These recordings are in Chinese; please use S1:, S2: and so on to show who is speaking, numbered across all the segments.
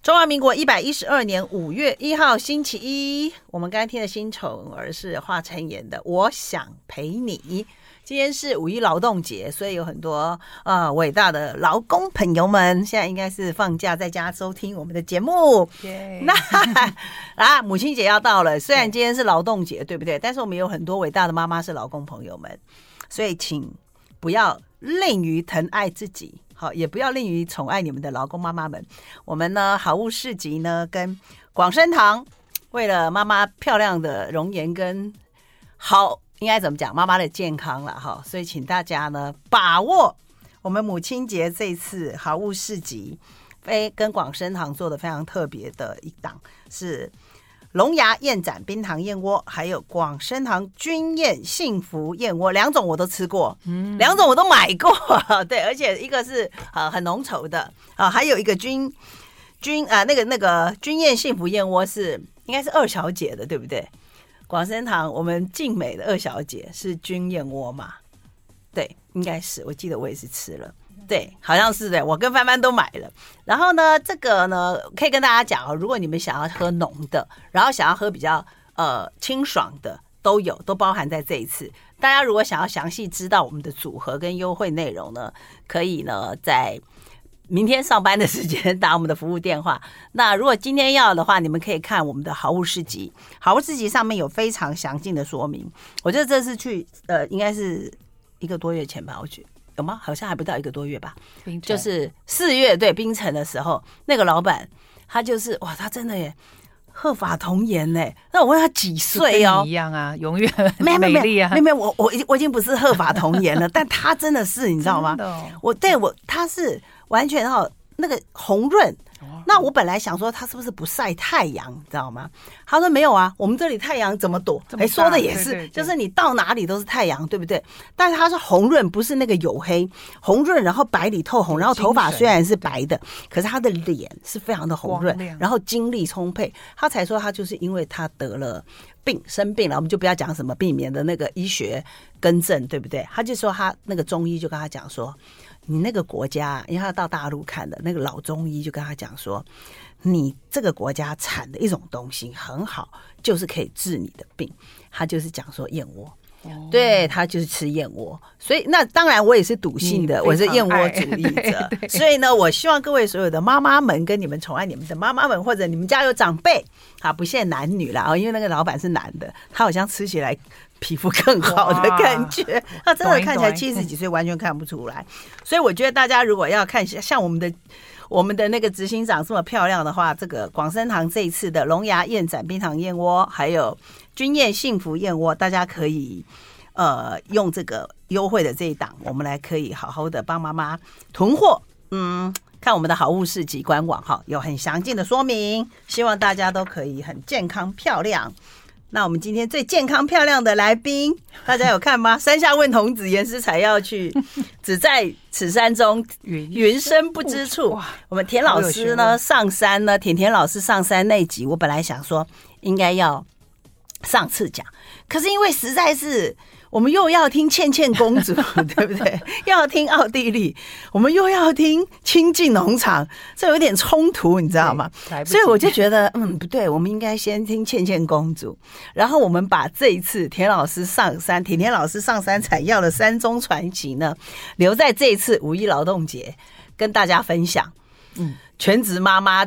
S1: 中华民国一百一十二年五月一号星期一，我们刚才听的新宠儿是华晨演的《我想陪你》。今天是五一劳动节，所以有很多呃伟大的劳工朋友们，现在应该是放假在家收听我们的节目。那啊，母亲节要到了，虽然今天是劳动节，对不对？但是我们有很多伟大的妈妈是劳工朋友们，所以请不要吝于疼爱自己，好，也不要吝于宠爱你们的劳工妈妈们。我们呢，好物市集呢，跟广生堂为了妈妈漂亮的容颜跟好，应该怎么讲，妈妈的健康了哈，所以请大家呢把握我们母亲节这次好物市集，非跟广生堂做的非常特别的一档是龙牙燕盏、冰糖燕窝，还有广生堂君燕幸福燕窝，两种我都吃过，两种我都买过， 对，而且一个是呃很浓稠的啊、还有一个君君啊、那个那个君燕幸福燕窝是应该是二小姐的，对不对？广生堂我们静美的二小姐是君燕窝嘛？对，应该是，我记得我也是吃了。对，好像是的，我跟帆帆都买了。然后呢，这个呢，可以跟大家讲哦，如果你们想要喝浓的，然后想要喝比较呃清爽的，都有，都包含在这一次。大家如果想要详细知道我们的组合跟优惠内容呢，可以呢在明天上班的时间打我们的服务电话。那如果今天要的话，你们可以看我们的好物市集，好物市集上面有非常详尽的说明。我觉得这次去呃，应该是一个多月前吧，我觉得有吗？好像还不到一个多月吧。
S2: 冰
S1: 就
S2: 城
S1: 是四月对冰城的时候，那个老板他就是哇，他真的耶，鹤发童颜嘞。那我问他几
S2: 就跟
S1: 岁哦
S2: 你一？样啊，永远
S1: 没有没
S2: 美
S1: 有没
S2: 丽
S1: 有
S2: 啊，
S1: 没有没有，我 我已经我已经不是鹤发童 颜了，但他真的是你知道吗
S2: 真？的哦
S1: 我对我他是完全哈那个红润。那我本来想说他是不是不晒太阳，你知道吗？他说没有啊，我们这里太阳怎么躲？
S2: 这么
S1: 哎，说的
S2: 大
S1: 也
S2: 对
S1: 是，
S2: 对对
S1: 就是你到哪里都是太阳，对不对？但是它是红润，不是那个黝黑，红润，然后白里透红，然后头发虽然是白的，可是他的脸是非常的红润
S2: 光亮，
S1: 然后精力充沛。他才说他就是因为他得了病，生病了，我们就不要讲什么避免的那个医学更正，对不对？他就说他那个中医就跟他讲说，你那个国家，因为他到大陆看的那个老中医就跟他讲说，你这个国家产的一种东西很好，就是可以治你的病。他就是讲说燕窝。
S2: 哦
S1: 对他就是吃燕窝，所以那当然我也是笃信的，
S2: 你
S1: 我是
S2: 非常
S1: 燕窝
S2: 爱
S1: 主义
S2: 对
S1: 者
S2: 对，
S1: 所以呢，我希望各位所有的妈妈们跟你们宠爱你们的妈妈们，或者你们家有长辈啊，不限男女啦啊，因为那个老板是男的，他好像吃起来皮肤更好的
S2: 哇
S1: 感 觉，他真的
S2: 懂嗯
S1: 看起来
S2: 懂
S1: 七十几岁完全看不出来，所以我觉得大家如果要看像我们的我们的那个执行长这么漂亮的话，这个广生堂这一次的龙牙燕盏冰糖燕窝，还有君燕幸福燕窝，大家可以呃用这个优惠的这一档，我们来可以好好的帮妈妈囤货。嗯，看我们的好物市集官网哈，有很详尽的说明，希望大家都可以很健康漂亮。那我们今天最健康漂亮的来宾，大家有看吗？ 山下问童子严师才要去，只在此山中
S2: 云
S1: 云深不知处。
S2: 哇，
S1: 我们田老师
S2: 好有学
S1: 呢
S2: 问
S1: 上山呢，甜甜老师上山那一集，我本来想说应该要上次讲，可是因为实在是我们又要听倩倩公 主，对不对？又要听奥地利，我们又要听亲近农场，这有点冲突，你知道吗？
S2: 来不及
S1: 所以我就觉得，嗯，不对，我们应该先听倩倩公主，然后我们把这一次田老师上山，甜甜老师上山采药的山中传奇呢，留在这一次五一劳动节跟大家分享。嗯
S2: 嗯，
S1: 全职妈妈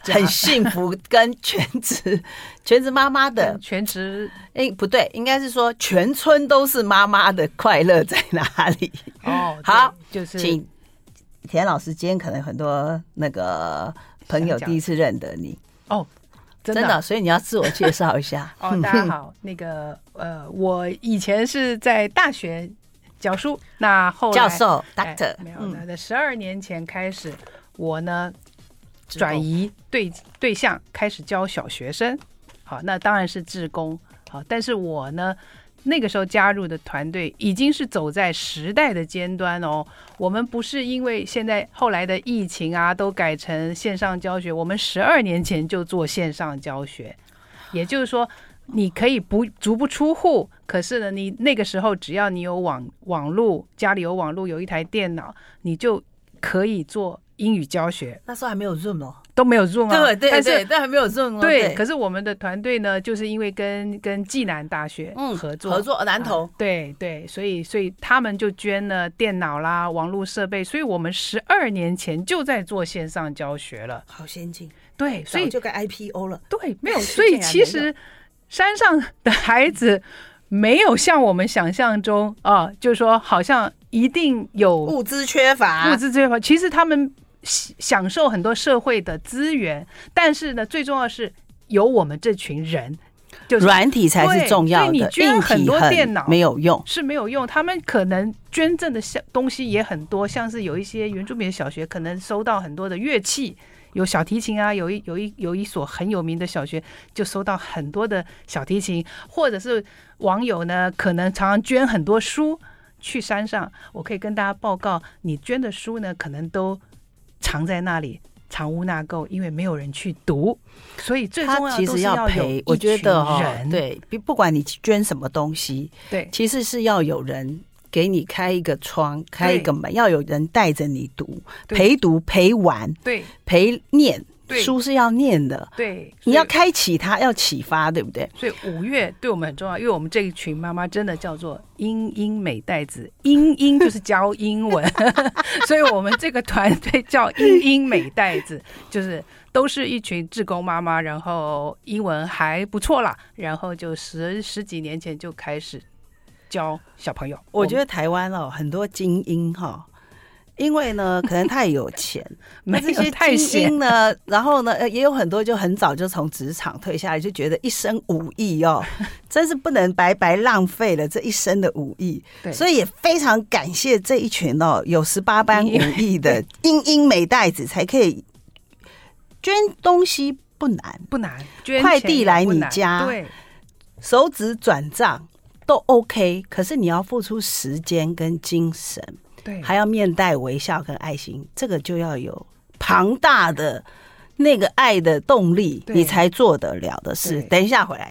S1: 很幸福，跟全职全职妈妈的
S2: 跟 全职
S1: 哎、不对，应该是说全村都是妈妈的快乐在哪里？
S2: 哦，
S1: 好
S2: 对就是
S1: 请田老师，今天可能很多那个朋友
S2: 想讲
S1: 第一次认得你，
S2: 哦，真
S1: 真
S2: 的
S1: 的，
S2: 啊。
S1: 所以你要自我介绍一下
S2: 哦，大 家好，那个呃，我以前是在大学教书，那后来
S1: 教授
S2: 哎
S1: Doctor，
S2: 没有，
S1: 嗯，
S2: 那在十二年前开始，我呢
S1: 志
S2: 转
S1: 工
S2: 移对对象，开始教小学生。好，那当然是志工。好，但是我呢，那个时候加入的团队已经是走在时代的尖端哦。我们不是因为现在后来的疫情啊，都改成线上教学，我们十二年前就做线上教学，也就是说。你可以不足不出户，可是呢，你那个时候只要你有网网络，家里有网络，有一台电脑，你就可以做英语教学，
S1: 那时候还没有 Zoom 哦，
S2: 都没有 Zoom 啊。
S1: 对对
S2: 但是
S1: 对，但还没有 Zoom 哦，
S2: 对，可是我们的团队呢，就是因为跟跟暨南大学
S1: 嗯
S2: 合作、
S1: 合作南投
S2: 啊，对对，所以所以他们就捐了电脑啦、网络设备，所以我们十二年前就在做线上教学了。
S1: 好先进，
S2: 对，所
S1: 所
S2: 以
S1: 以就该 IPO 了。
S2: 对没有，
S1: 是
S2: 所
S1: 这
S2: 以
S1: 样
S2: 其
S1: 啊没
S2: 实山上的孩子没有像我们想象中啊，就是说好像一定有
S1: 物资缺乏，
S2: 物资这块，其实他们享享受很多社会的资源，但是呢，最重要是有我们这群人，就是
S1: 软体才是重要的，
S2: 对对你捐
S1: 硬体
S2: 很多电脑
S1: 没有用。
S2: 是没有用。他们可能捐赠的项东西也很多，像是有一些原住民的小学可能收到很多的乐器，有小提琴啊，有一有一有一所很有名的小学就收到很多的小提琴，或者是网友呢可能常常捐很多书去山上。我可以跟大家报告，你捐的书呢可能都藏在那里。藏污纳垢，因为没有人去读，所以最重要
S1: 他
S2: 的
S1: 其
S2: 都
S1: 实
S2: 是
S1: 要
S2: 有
S1: 陪
S2: 一，
S1: 我觉得
S2: 群
S1: 哈、
S2: 人
S1: 对，不不管你捐什么东西，
S2: 对
S1: 其实是要有人给你开一个窗，开一个门，要有人带着你读，
S2: 对
S1: 陪读、陪玩、
S2: 对
S1: 陪念，
S2: 对
S1: 书是要念的，
S2: 对，
S1: 你要
S2: 所以
S1: 开启它，要启发，对不对？
S2: 所以五月对我们很重要，因为我们这一群妈妈真的叫做英英美代子，英英就是教英文， 所以我们这个团队叫英英美代子，就是都是一群志工妈妈，然后英文还不错啦，然后就十十几年前就开始教小朋友。
S1: 我觉得台湾哦，很多精英哈、因为呢，可能他也有钱，
S2: 我们
S1: 那
S2: 没
S1: 这
S2: 有
S1: 些
S2: 太
S1: 精
S2: 闲，
S1: 英呢，然后呢，呃也有很多就很早就从职场退下来，就觉得一身武艺哦，真是不能白白浪费了这一身的武艺。
S2: 对
S1: 所以也非常感谢这一群哦，有十八般武艺的英英美袋子，才可以捐东西不难，
S2: 不难，捐
S1: 快
S2: 钱
S1: 递
S2: 也
S1: 来
S2: 不
S1: 你
S2: 难
S1: 家
S2: 对
S1: 手指转账都 OK，可是你要付出时间跟精神。
S2: 对，
S1: 还要面带微笑跟爱心，这个就要有庞大的那个爱的动力，
S2: 对
S1: 你才做得了的事。
S2: 对
S1: 等一下回来。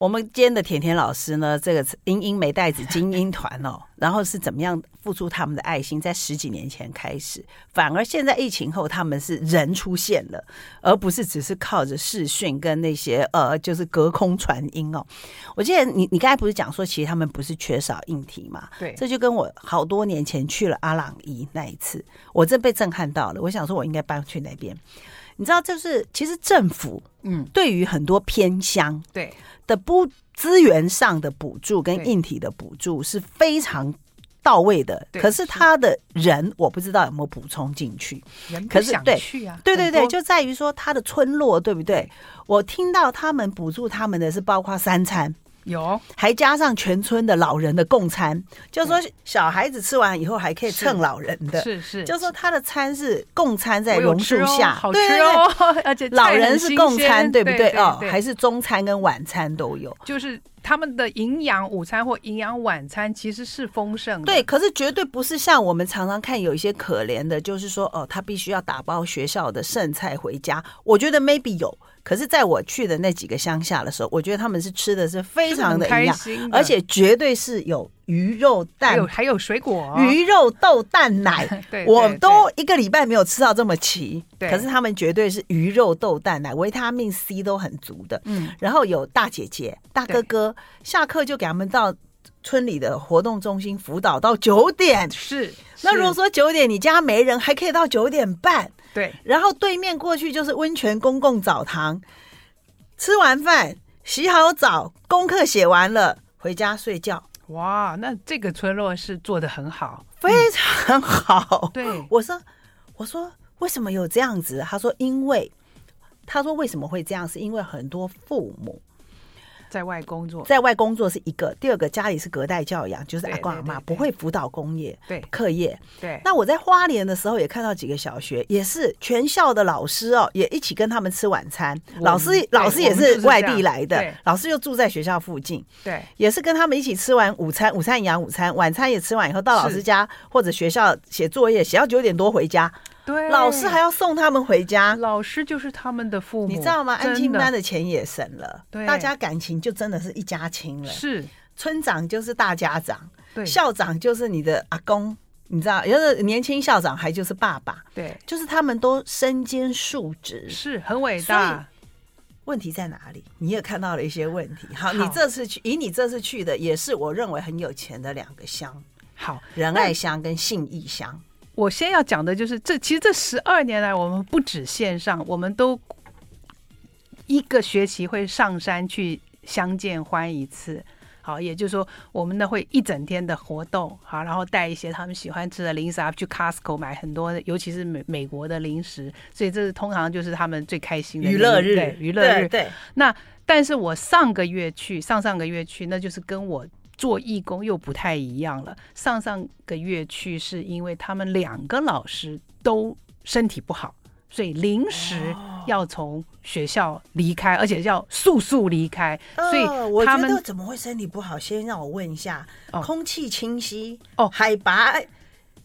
S1: 我们今天的甜甜老师呢，这个英英美袋子精英团哦，然后是怎么样付出他们的爱心，在十几年前开始，反而现在疫情后，他们是人出现了，而不是只是靠着视讯跟那些呃，就是隔空传音哦。我记得你你刚才不是讲说，其实他们不是缺少硬体嘛？
S2: 对
S1: 这就跟我好多年前去了阿朗伊那一次，我真被震撼到了。我想说，我应该搬去那边。你知道，就是其实政府
S2: 嗯
S1: 对于很多偏乡
S2: 对
S1: 的不资源上的补助跟
S2: 对
S1: 硬体的补助是非常到位的，
S2: 对
S1: 可是
S2: 是
S1: 他的人我不知道有没有补充进去。
S2: 人
S1: 可
S2: 不
S1: 是
S2: 想
S1: 对
S2: 去啊，
S1: 对对
S2: 很
S1: 对，
S2: 多
S1: 就在于说他的村落，对不对？我听到他们补助他们的是包括三餐，
S2: 有
S1: 还加上全村的老人的共餐，就是说小孩子吃完以后还可以
S2: 是
S1: 蹭老人的，
S2: 是是，
S1: 就是说他的餐是共餐在
S2: 我有
S1: 榕
S2: 吃
S1: 树
S2: 哦
S1: 下，
S2: 好吃
S1: 对对对
S2: 哦， 而且
S1: 老
S2: 菜很
S1: 人是
S2: 新
S1: 共
S2: 鲜
S1: 餐，对不
S2: 对
S1: 对？哦，还
S2: 是
S1: 是中餐跟晚餐都有。
S2: 就是他们的营养午餐或营养晚餐其实是丰盛的，
S1: 对，可是绝对不是像我们常常看有一些可怜的，就是说哦，他必须要打包学校的剩菜回家。我觉得 maybe 有，可是在我去的那几个乡下的时候，我觉得他们是吃的是非
S2: 是
S1: 常
S2: 很
S1: 的营
S2: 开
S1: 养，
S2: 心的，
S1: 而且绝对是有鱼肉
S2: 还
S1: 蛋
S2: 有还有水果，，
S1: 鱼肉豆蛋奶
S2: 对对
S1: 我
S2: 对
S1: 都一个礼拜没有吃到这么齐。
S2: 对
S1: 可是他们绝对是鱼肉豆蛋奶，维他命 C 都很足的。
S2: 嗯
S1: 然后有大姐姐、大哥哥，下课就给他们到村里的活动中心辅导到九点。
S2: 是，
S1: 那
S2: 是
S1: 如果说九点你家没人，还可以到九点半，
S2: 对
S1: 然后对面过去就是温泉公共澡堂，吃完饭洗好澡，功课写完了，回家睡觉，
S2: 哇，那这个村落是做的很好，
S1: 非常好。
S2: 嗯对
S1: 我说，我说为什么有这样子？他说，因为他说为什么会这样，是因为很多父母
S2: 在外工作，
S1: 在外工作是一个，第二个家里是隔代教养，就是
S2: 对
S1: 阿公阿妈
S2: 对对
S1: 不会辅导工业
S2: 对
S1: 课业。
S2: 对
S1: 那我在花莲的时候也看到几个小学，也是全校的老师哦，也一起跟他们吃晚餐。
S2: 我
S1: 老师
S2: 们
S1: 老师
S2: 对
S1: 也
S2: 我们就是是
S1: 外
S2: 这
S1: 地
S2: 样
S1: 来的
S2: 对，
S1: 老师又住在学校附近。
S2: 对
S1: 也是跟他们一起吃完午餐，午餐营养午餐，晚餐也吃完以后到老师
S2: 是
S1: 家或者学校写作业，写到九点多回家，
S2: 对，
S1: 老师还要送他们回家，
S2: 老师就是他们的父母，
S1: 你知道吗？安
S2: 真
S1: 亲班
S2: 的
S1: 的钱也省了，
S2: 对
S1: 大家感情就真的是一家亲了。
S2: 是
S1: 村长就是大家长，
S2: 对
S1: 校长就是你的阿公，你知道，有的年轻校长还就是爸爸，
S2: 对，
S1: 就是他们都身兼数职。
S2: 是很伟大，
S1: 问题在哪里？你也看到了一些问题。好，
S2: 好
S1: 你这次去，以你这次去的，也是我认为很有钱的两个乡
S2: 好。
S1: ——仁爱乡跟信义乡。
S2: 我先要讲的就是这，其实这十二年来，我们不止线上，我们都一个学期会上山去相见欢一次。好，也就是说，我们呢会一整天的活动，好，然后带一些他们喜欢吃的零食啊，去 Costco 买很多的，尤其是美美国的零食，所以这是通常就是他们最开心的
S1: 娱乐日
S2: 对，娱乐日
S1: 对，对
S2: 那但是我上个月去，上上个月去，那就是跟我做义工又不太一样了。上上个月去是因为他们两个老师都身体不好，所以临时
S1: 哦
S2: 要从学校离开，而且要速速离开，所以
S1: 呃我
S2: 他
S1: 觉
S2: 们
S1: 得怎么会身体不好？先让我问一下，
S2: 哦
S1: 空气清晰
S2: 哦
S1: 海拔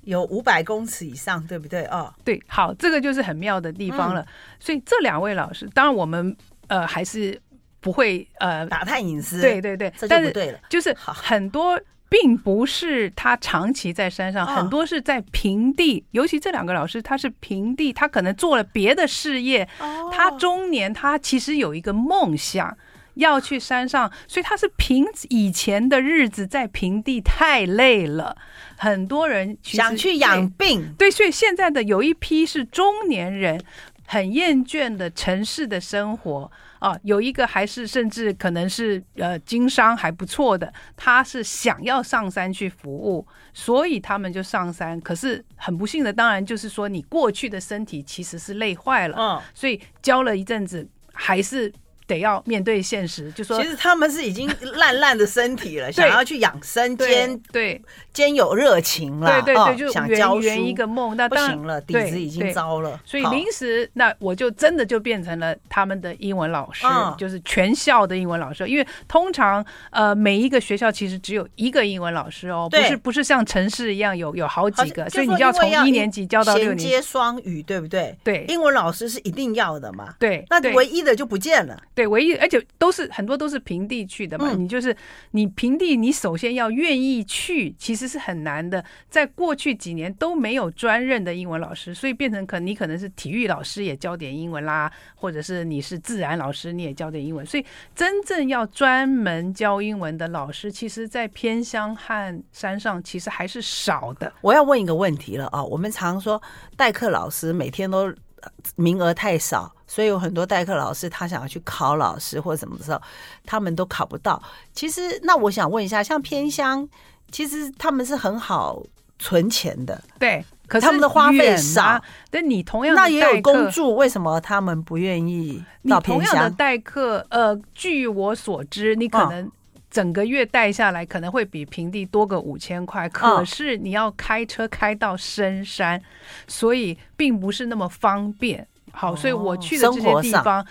S1: 有五百公尺以上，对不对？哦，
S2: 对，好，这个就是很妙的地方
S1: 嗯
S2: 了。所以这两位老师，当然我们呃还是不会呃，
S1: 打探隐私，
S2: 对，对对
S1: 这，就
S2: 但
S1: 不
S2: 是
S1: 对了。
S2: 就是
S1: 好
S2: 很多并不是他长期在山上，
S1: 啊
S2: 很多是在平地，尤其这两个老师他是平地，他可能做了别的事业，
S1: 哦
S2: 他中年他其实有一个梦想。要去山上，所以他是平以前的日子在平地太累了，很多人其实
S1: 想去养病，
S2: 对，所以现在的有一批是中年人，很厌倦的城市的生活啊，有一个还是甚至可能是呃经商还不错的，他是想要上山去服务，所以他们就上山。可是很不幸的，当然就是说你过去的身体其实是累坏了，
S1: 嗯，
S2: 所以教了一阵子还是得要面对现实，就说
S1: 其实他们是已经烂烂的身体 了，想要去养生，
S2: 对
S1: 兼
S2: 对
S1: 兼有热情啦，
S2: 对对
S1: 哦
S2: 对，就
S1: 想
S2: 圆
S1: 教
S2: 圆一
S1: 书，
S2: 个梦，那
S1: 不
S2: 当然
S1: 行了，底
S2: 对
S1: 子已经
S2: 对
S1: 糟了，
S2: 所以
S1: 好
S2: 临时，那我就真的就变成了他们的英文老师，
S1: 嗯
S2: 就是全校的英文老师。因为通常呃每一个学校其实只有一个英文老师哦，不
S1: 对
S2: 是不是像城市一样有有好几
S1: 好像
S2: 个，所以
S1: 就
S2: 你
S1: 说
S2: 就要
S1: 因为
S2: 从
S1: 要
S2: 一年级教到六
S1: 衔
S2: 年级。
S1: 接双语，对不对？
S2: 对
S1: 英文老师是一定要的嘛，
S2: 对，
S1: 那
S2: 对
S1: 唯一的就不见了，
S2: 对唯一，而且都是很多都是平地去的嘛。
S1: 嗯
S2: 你就是你平地，你首先要愿意去，其实是很难的。在过去几年都没有专任的英文老师，所以变成可你可能是体育老师也教点英文啦，或者是你是自然老师你也教点英文。所以真正要专门教英文的老师，其实在偏乡和山上其实还是少的。
S1: 我要问一个问题了啊、我们常说代课老师每天都呃名额太少，所以有很多代课老师他想要去考老师或什么的时候，他们都考不到。其实，那我想问一下，像偏乡，其实他们是很好存钱的，
S2: 对，可是
S1: 他们的花费
S2: 远啊
S1: 少，
S2: 但你同样的
S1: 那也
S2: 代
S1: 有
S2: 课
S1: 工助，为什么他们不愿意
S2: 你
S1: 到
S2: 同
S1: 偏
S2: 样的
S1: 乡？
S2: 代课，呃，据我所知，你可
S1: 嗯
S2: 能整个月带下来可能会比平地多个五千块，可
S1: 嗯
S2: 是你要开车开到深山，所以并不是那么方便。好，所以我
S1: 哦
S2: 去的这
S1: 生活
S2: 些地
S1: 上
S2: 方。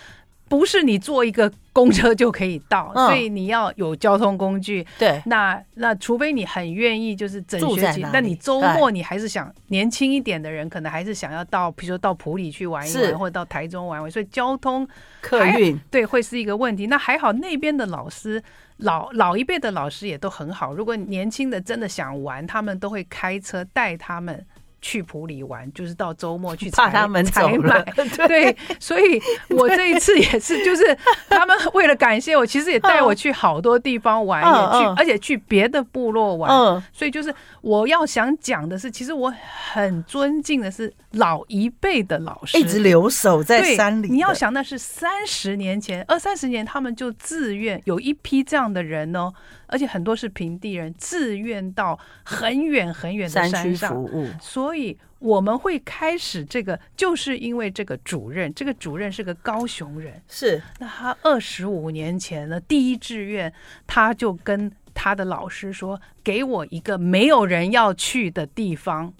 S2: 不是你坐一个公车就可以到，
S1: 嗯
S2: 所以你要有交通工具。
S1: 对，
S2: 那那除非你很愿意，就是整
S1: 住
S2: 学
S1: 在
S2: 期
S1: 哪，
S2: 那
S1: 里
S2: 你周末你还是想年轻一点的人，可能还是想要到，比如说到普里去玩一
S1: 是
S2: 玩，或者到台中玩玩，所以交通
S1: 客运
S2: 对，会是一个问题。那还好，那边的老师，老老一辈的老师也都很好。如果年轻的真的想玩，他们都会开车带他们去普里玩，就是到周末去
S1: 怕
S2: 采
S1: 他们走
S2: 采
S1: 了
S2: 买。，对，所以我这一次也是，就是他们为了感谢我，其实也带我去好多地方玩，
S1: 嗯
S2: 也去
S1: 嗯，
S2: 而且去别的部落玩。
S1: 嗯，
S2: 所以就是我要想讲的是，其实我很尊敬的是老一辈的老师，
S1: 一直留守在
S2: 对
S1: 山里的。
S2: 你要想，那是三十年前，二三十年，他们就自愿有一批这样的人哦，而且很多是平地人，自愿到很远很远的
S1: 山区
S2: 山
S1: 服
S2: 上。
S1: 务，
S2: 所以我们会开始这个，就是因为这个主任，这个主任是个高雄人，
S1: 是
S2: 那他二十五年前呢，第一志愿他就跟他的老师说，给我一个没有人要去的地方。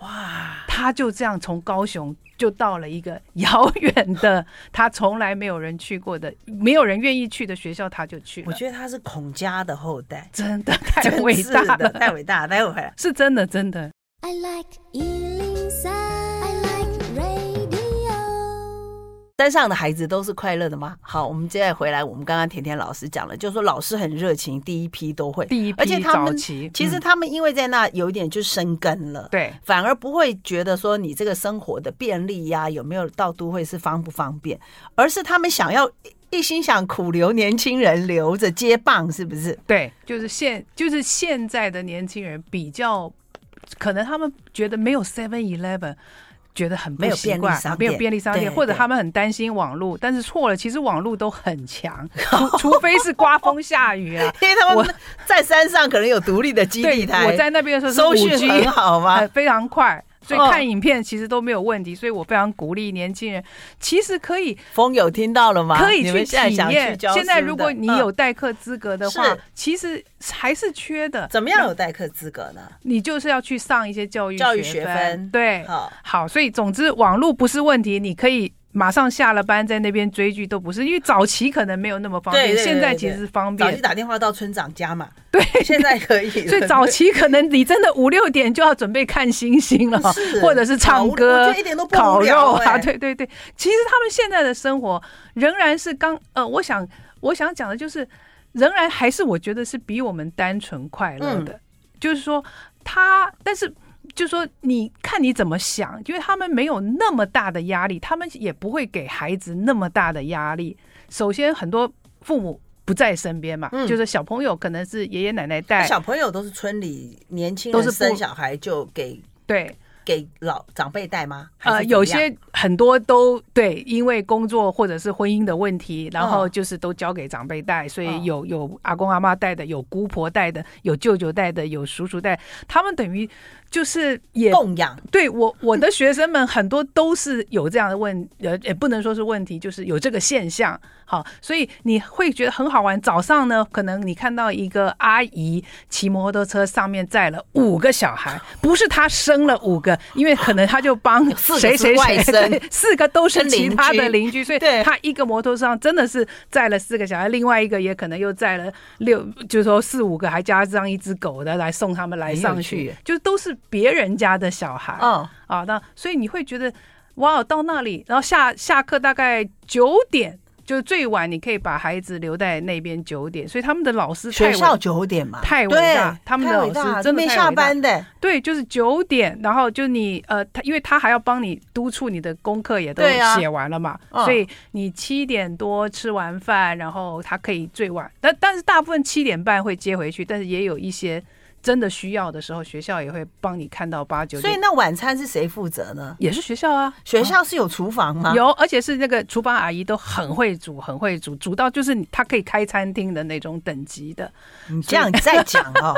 S1: 哇，
S2: 他就这样从高雄就到了一个遥远的他从来没有人去过的、没有人愿意去的学校，他就去
S1: 我
S2: 了。
S1: 觉得他是孔家的后代。
S2: 真的太
S1: 真
S2: 伟
S1: 是
S2: 大
S1: 的， 太
S2: 了，
S1: 伟大了，待会儿回来。
S2: 是真的，真的。
S3: I like Ealing Sound. I like radio.
S1: 山上的孩子都是快乐的吗？好，我们接下来回来，我们刚刚甜甜老师讲了，就是说老师很热情，第一批都会，
S2: 第一批
S1: 而且他
S2: 早
S1: 们
S2: 期
S1: 其实
S2: 嗯
S1: 他们因为在那有一点就生根了，
S2: 对
S1: 反而不会觉得说你这个生活的便利呀、有没有到都会是方不方便，而是他们想要一心想苦留年轻人留着接棒，是不是？
S2: 对，就是现就是现在的年轻人比较，可能他们觉得没有 Seven Eleven。觉得很不
S1: 没有
S2: 习
S1: 便利
S2: 惯
S1: 商，
S2: 没有
S1: 店
S2: 便利商店，
S1: 对
S2: 或者
S1: 对
S2: 他们很担心网络，但是错了，其实网络都很 强，除除非是刮风下雨啊。
S1: 因为他
S2: 我
S1: 们在山上可能有独立的 基
S2: 对，
S1: 地台，
S2: 我在那边的时
S1: 搜
S2: 候是
S1: 讯
S2: 5G，
S1: 很好吗
S2: 呃？非常快，所以
S1: 哦
S2: 看影片其实都没有问题。所以我非常鼓励年轻人，其实可以
S1: 风友听到了吗？
S2: 可
S1: 啊
S2: 以
S1: 你
S2: 去
S1: 们
S2: 体
S1: 现在想去
S2: 验。
S1: 教
S2: 现在
S1: 书
S2: 如果
S1: 的
S2: 你
S1: 嗯
S2: 有代课资格的话
S1: 是，
S2: 其实还是缺的。
S1: 怎么样有代课资格呢？
S2: 你就是要去上一些教育
S1: 教育
S2: 学
S1: 学分
S2: 对，
S1: 好，
S2: 好，所以总之网络不是问题，你可以。马上下了班在那边追剧都不是，因为早期可能没有那么方便，
S1: 对对对
S2: 现在
S1: 对
S2: 其实是方
S1: 早期
S2: 便。
S1: 打电话到村长家嘛，
S2: 对，
S1: 现在可以了。
S2: 所以早期可能你真的五六点就要准备看星星了，
S1: 是
S2: 或者是唱歌
S1: 好我觉得一点都不
S2: 烤
S1: 无聊
S2: 肉啊，
S1: 哎
S2: 对对对。其实他们现在的生活仍然是刚呃，我想我想讲的就是，仍然还是我觉得是比我们单纯快乐
S1: 嗯
S2: 的，就是说他，但是。就是说你看你怎么想，因为他们没有那么大的压力，他们也不会给孩子那么大的压力。首先，很多父母不在身边嘛，
S1: 嗯
S2: 就是小朋友可能是爷爷奶奶
S1: 那
S2: 带，
S1: 小朋友都是村里年轻
S2: 都
S1: 人
S2: 是不
S1: 生小孩就给
S2: 对，
S1: 给老长辈带吗？还是
S2: 呃，
S1: 怎
S2: 有
S1: 么样
S2: 些很多都对，因为工作或者是婚姻的问题，然后
S1: 嗯
S2: 就是都交给长辈带，所以
S1: 嗯
S2: 有有阿公阿妈带的，有姑婆带的，有舅舅带的，有叔叔带，他们等于就是也
S1: 供养
S2: 对我我的学生们很多都是有这样的问，呃，也不能说是问题，就是有这个现象。好，所以你会觉得很好玩。早上呢，可能你看到一个阿姨骑摩托车，上面载了五个小孩，不是她生了五个，因为可能她就帮
S1: 四个
S2: 谁谁
S1: 是外
S2: 谁，
S1: 甥
S2: 对四个都是
S1: 跟
S2: 其
S1: 邻
S2: 他
S1: 居
S2: 的邻居，所以
S1: 对
S2: 她一个摩托车上真的是载了四个小孩，另外一个也可能又载了六，就是说四五个，还加上一只狗的来送他们来
S1: 很有
S2: 上
S1: 趣
S2: 去
S1: 耶，
S2: 就都是别人家的小孩。
S1: 哦，
S2: 啊，那所以你会觉得哇，到那里，然后下下课大概九点，就是最晚你可以把孩子留在那边九点，所以他们的老师太
S1: 学
S2: 伟
S1: 校九点嘛，
S2: 太伟
S1: 对
S2: 大他们的
S1: 太伟
S2: 老师
S1: 大
S2: 真的
S1: 没
S2: 太
S1: 下
S2: 伟大
S1: 班的，
S2: 对，就是九点，然后就你呃，他因为他还要帮你督促你的功课也都
S1: 对啊
S2: 写完了嘛，
S1: 嗯
S2: 所以你七点多吃完饭，然后他可以最晚，但但是大部分七点半会接回去，但是也有一些真的需要的时候，学校也会帮你看到八九
S1: 所以
S2: 点。
S1: 那晚餐是谁负责呢？
S2: 也是学校啊，
S1: 学校是有厨房吗？
S2: 有，而且是那个厨房阿姨都很会煮，很会煮，煮到就是你她可以开餐厅的那种等级的。
S1: 你这样再讲 哦，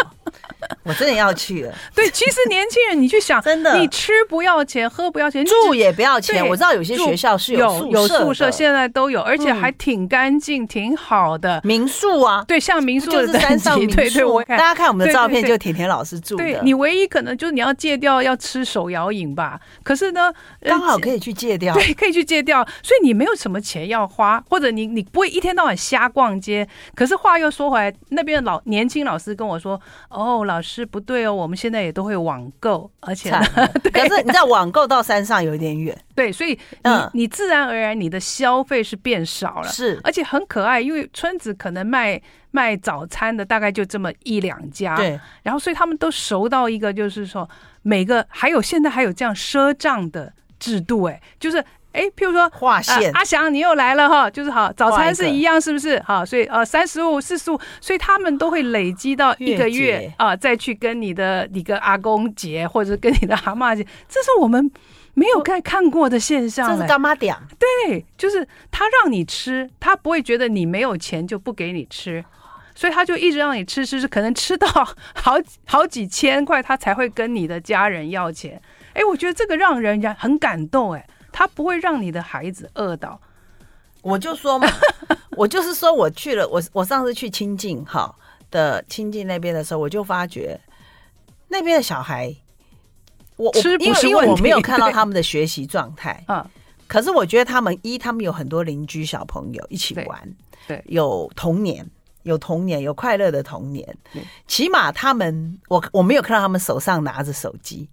S1: 我真的要去了，
S2: 对，其实年轻人，你去 想，
S1: 真的
S2: 你吃不要钱，喝不要钱，你只
S1: 住也不要钱。
S2: 对
S1: 我知道有些
S2: 住
S1: 学校是
S2: 有
S1: 有
S2: 宿
S1: 舍
S2: 舍，
S1: 的
S2: 现在都有，而且还挺干净，挺好的。
S1: 民宿啊，
S2: 对，像民宿
S1: 就
S2: 的
S1: 是
S2: 等
S1: 山上
S2: 级
S1: 民宿。
S2: 对对，我
S1: 大家看我们的
S2: 对
S1: 照
S2: 对
S1: 片，
S2: 对
S1: 就甜甜老师住的，
S2: 对你唯一可能就是你要戒掉要吃手摇饮吧，可是呢，呃
S1: 刚好可以去戒掉。
S2: 对，可以去戒掉。所以你没有什么钱要花，或者你你不会一天到晚瞎逛街。可是话又说回来，那边的老年轻老师跟我说：“哦，老师不对哦，我们现在也都会网购，而且呢
S1: 惨了可是你知道网购到山上有点远，
S2: 对，所以你、
S1: 嗯
S2: 你自然而然你的消费是变少了。”
S1: 是
S2: 而且很可爱，因为村子可能卖卖早餐的大概就这么一两家，
S1: 对，
S2: 然后所以他们都熟到一个，就是说每个还有现在还有这样赊账的制度，哎，就是哎，譬如说
S1: 划
S2: 啊
S1: 线，
S2: 阿翔，你又来了哈，就是好，早餐
S1: 换
S2: 是
S1: 一个
S2: 一样，是不是？好，所以呃，三十五、四十五，所以他们都会累积到一个
S1: 月
S2: 月
S1: 结
S2: 啊、再去跟你的你跟阿公结，或者是跟你的阿妈结，这是我们没
S1: 哦
S2: 有看看过的现
S1: 这
S2: 象
S1: 是
S2: 嘞。
S1: 干妈点，
S2: 对，就是他让你吃，他不会觉得你没有钱就不给你吃。所以他就一直让你吃吃吃，可能吃到好几好几千块，他才会跟你的家人要钱。哎，我觉得这个让人家很感动。哎，他不会让你的孩子饿到。
S1: 我就说嘛，我就是说我去了，我我上次去清境哈的清境那边的时候，我就发觉那边的小孩，我我
S2: 吃不
S1: 因为
S2: 是
S1: 因为我
S2: 问题
S1: 没有看到
S2: 对
S1: 他们的学习状态，
S2: 啊，
S1: 可是我觉得他们一他们有很多邻居小朋友一起
S2: 对
S1: 玩，
S2: 对
S1: 有童年。有童年，有快乐的童年
S2: 对。
S1: 起码他们，我我没有看到他们手上拿着手机，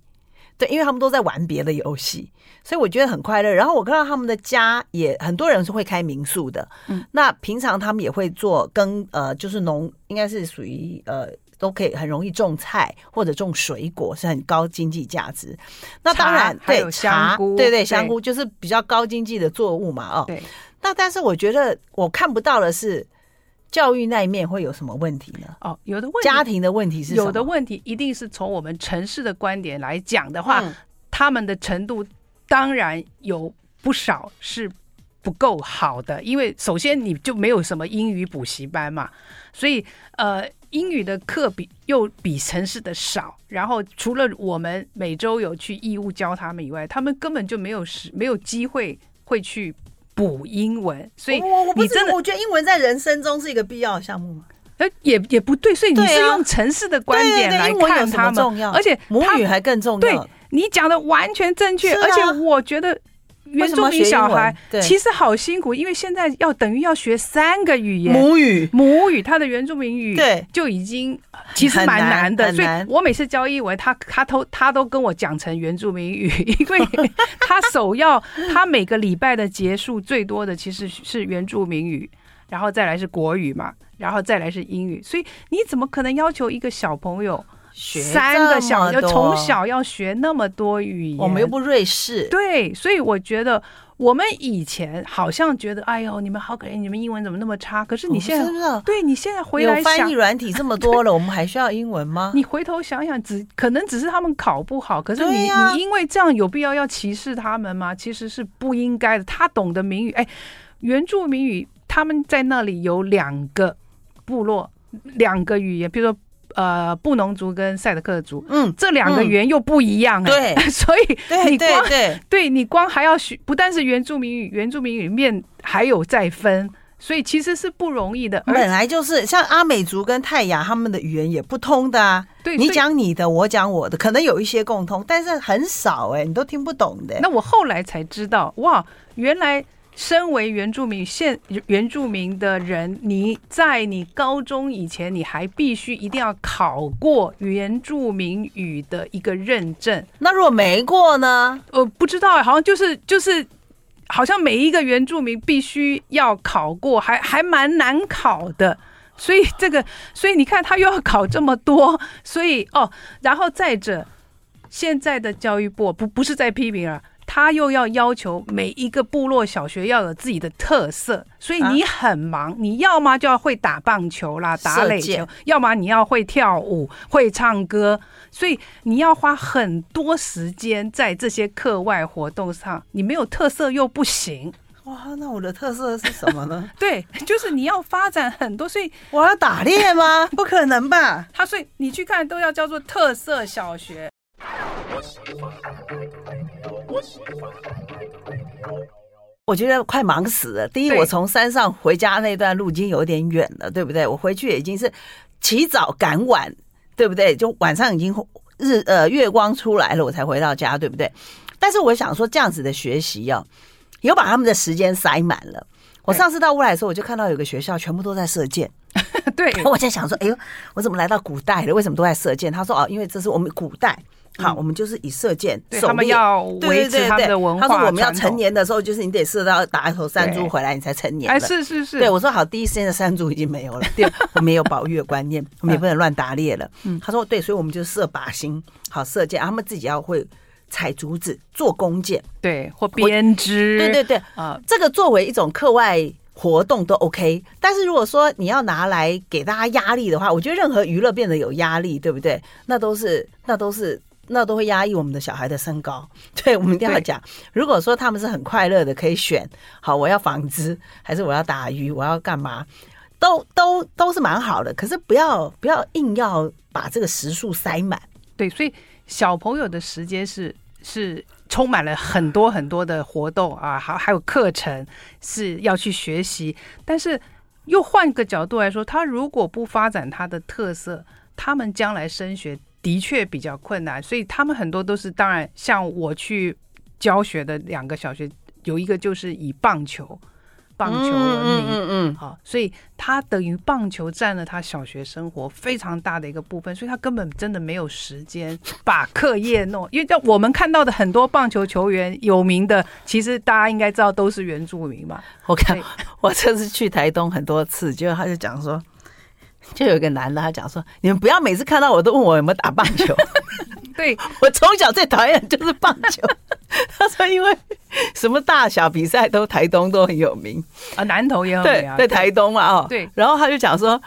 S1: 对，因为他们都在玩别的游戏，所以我觉得很快乐。然后我看到他们的家也很多人是会开民宿的，
S2: 嗯，
S1: 那平常他们也会做耕，呃，就是农，应该是属于呃。都可以很容易种菜或者种水果，是很高经济价值。那当然，
S2: 茶还有
S1: 对茶
S2: 香菇，
S1: 对对，
S2: 对
S1: 香菇就是比较高经济的作物嘛，哦。
S2: 对，
S1: 那但是我觉得我看不到的是教育那一面会有什么问题呢？
S2: 哦，有的问题
S1: 家庭的问题是什么
S2: 有的问题一定是从我们城市的观点来讲的话，
S1: 嗯
S2: 他们的程度当然有不少是不够好的，因为首先你就没有什么英语补习班嘛，所以呃。英语的课比又比城市的少，然后除了我们每周有去义务教他们以外，他们根本就没有时没有机会会去补英文，所以
S1: 哦我我不
S2: 你
S1: 是
S2: 真的
S1: 我觉得英文在人生中是一个必要的项目嘛。
S2: 呃也也不对，所以你
S1: 对啊
S2: 是用城市的观
S1: 对对
S2: 点
S1: 对
S2: 来
S1: 英文有
S2: 看
S1: 什么
S2: 他们，
S1: 重要
S2: 而且
S1: 母
S2: 他
S1: 语还更重要。
S2: 对你讲的完全正确，
S1: 是啊
S2: 而且我觉得原住民小孩
S1: 对
S2: 其实好辛苦，因为现在要等于要学三个语言，
S1: 母语
S2: 母语他的原住民语
S1: 对
S2: 就已经其实蛮难的，
S1: 很
S2: 所以
S1: 难很难
S2: 我每次教英文，他他都他都跟我讲成原住民语， 因为他首要他每个礼拜的结束最多的其实是原住民语，然后再来是国语嘛，然后再来是英语，所以你怎么可能要求一个小朋友？
S1: 学
S2: 三个小，
S1: 这么
S2: 要
S1: 多
S2: 从，小要学那么多语言，
S1: 我们又不瑞士，
S2: 对，所以我觉得我们以前好像觉得，哎呦，你们好可怜，你们英文怎么那么差？可是你现
S1: 我
S2: 在
S1: 们，是
S2: 对你现在
S1: 不
S2: 回
S1: 是有
S2: 来
S1: 翻
S2: 想
S1: 译，软体这么多 了，我们还需要英文吗？
S2: 你回头想想，只可能只是他们考不好，可是
S1: 对
S2: 你、
S1: 呀
S2: 你因为这样有必要要歧视他们吗？其实是不应该的。他懂得民语，哎，原住民语他们在那里有两个部落，两个语言，比如说呃布农族跟赛德克族，
S1: 嗯，
S2: 这两个
S1: 嗯
S2: 语言又不一样、哎，
S1: 对
S2: 所以
S1: 对
S2: 你光
S1: 对对，
S2: 对你光还要学，不但是原住民语，原住民语里面还有再分，所以其实是不容易的。 而
S1: 本来就是像阿美族跟泰雅他们的语言也不通的啊，
S2: 对
S1: 你
S2: 所以
S1: 讲你的，我讲我的，可能有一些共通，但是很少哎，你都听不懂的。
S2: 那我后来才知道，哇，原来身为原住民现原住民的人，你在你高中以前，你还必须一定要考过原住民语的一个认证。
S1: 那如果没过呢？
S2: 呃，不知道，好像就是就是。好像每一个原住民必须要考过，还还蛮难考的，所以这个，所以你看他又要考这么多， 所以哦，然后再者，现在的教育部不不是在批评了，他又要要求每一个部落小学要有自己的特色，所以你很忙，你要么就要会打棒球啦、打
S1: 射
S2: 垒
S1: 箭
S2: 球，要么你要会跳舞、会唱歌，所以你要花很多时间在这些课外活动上，你没有特色又不行。
S1: 哇，那我的特色是什么呢？
S2: 对，就是你要发展很多，所以
S1: 我要打猎吗？不可能吧？
S2: 他所以你去看都要叫做特色小学。
S1: 我觉得快忙死了。第一，
S2: 对
S1: 我从山上回家那段路已经有点远了，对不对？我回去也已经是起早赶晚，对不对？就晚上已经日呃月光出来了，我才回到家，对不对？但是我想说，这样子的学习哦，有把他们的时间塞满了。我
S2: 对
S1: 上次到乌来的时候，我就看到有个学校全部都在射箭，
S2: 对，
S1: 我在想说，哎呦，我怎么来到古代了？为什么都在射箭？他说哦，因为这是我们古代，好，
S2: 嗯
S1: 我们就是以射箭
S2: 对
S1: 狩
S2: 他们
S1: 猎
S2: 要
S1: 对
S2: 维
S1: 对
S2: 持
S1: 对
S2: 他
S1: 对，
S2: 们的文
S1: 他
S2: 化
S1: 说我们要
S2: 传统
S1: 成。年的时候，就是你得射到打一头山猪
S2: 对
S1: 回来，你才成年
S2: 哎，
S1: 了。
S2: 是是是，
S1: 对，我说好，第一时间的山猪已经没有 了。第二，我们也有保育的观念，我们也不能乱打猎了。
S2: 嗯
S1: 他说对，所以我们就射靶心，好射箭，啊他们自己要会采竹子做弓箭。
S2: 对或编织，
S1: 对对对，
S2: 啊、
S1: 这个作为一种课外活动都 OK，但是如果说你要拿来给大家压力的话，我觉得任何娱乐变得有压力，对不对？那都是那都是那都会压抑我们的小孩的身高。 对，我们一定要
S2: 对
S1: 讲，如果说他们是很快乐的，可以选好我要纺织，还是我要打鱼，我要干嘛？都都都是蛮好的，可是不要不要硬要把这个时数塞满。
S2: 对，所以小朋友的时间是是充满了很多很多的活动啊，还还有课程是要去学习，但是又换个角度来说，他如果不发展他的特色，他们将来升学的确比较困难，所以他们很多都是当然像我去教学的两个小学，有一个就是以棒球。棒球闻名。
S1: 嗯嗯
S2: 好，所以他等于棒球占了他小学生活非常大的一个部分，所以他根本真的没有时间把课业弄。因为在我们看到的很多棒球球员有名的，其实大家应该知道都是原住民嘛。
S1: 我看
S2: 对
S1: 我这次去台东很多次，结果他就讲说，就有一个男的，他讲说，你们不要每次看到我都问我有没有打棒球，
S2: 对，
S1: 我从小最讨厌的就是棒球。 他说因为什么大小比赛都台东都很有名，
S2: 啊，南投也很美
S1: 对
S2: 啊，
S1: 对，台东嘛哦，
S2: 对
S1: 然后他就讲说，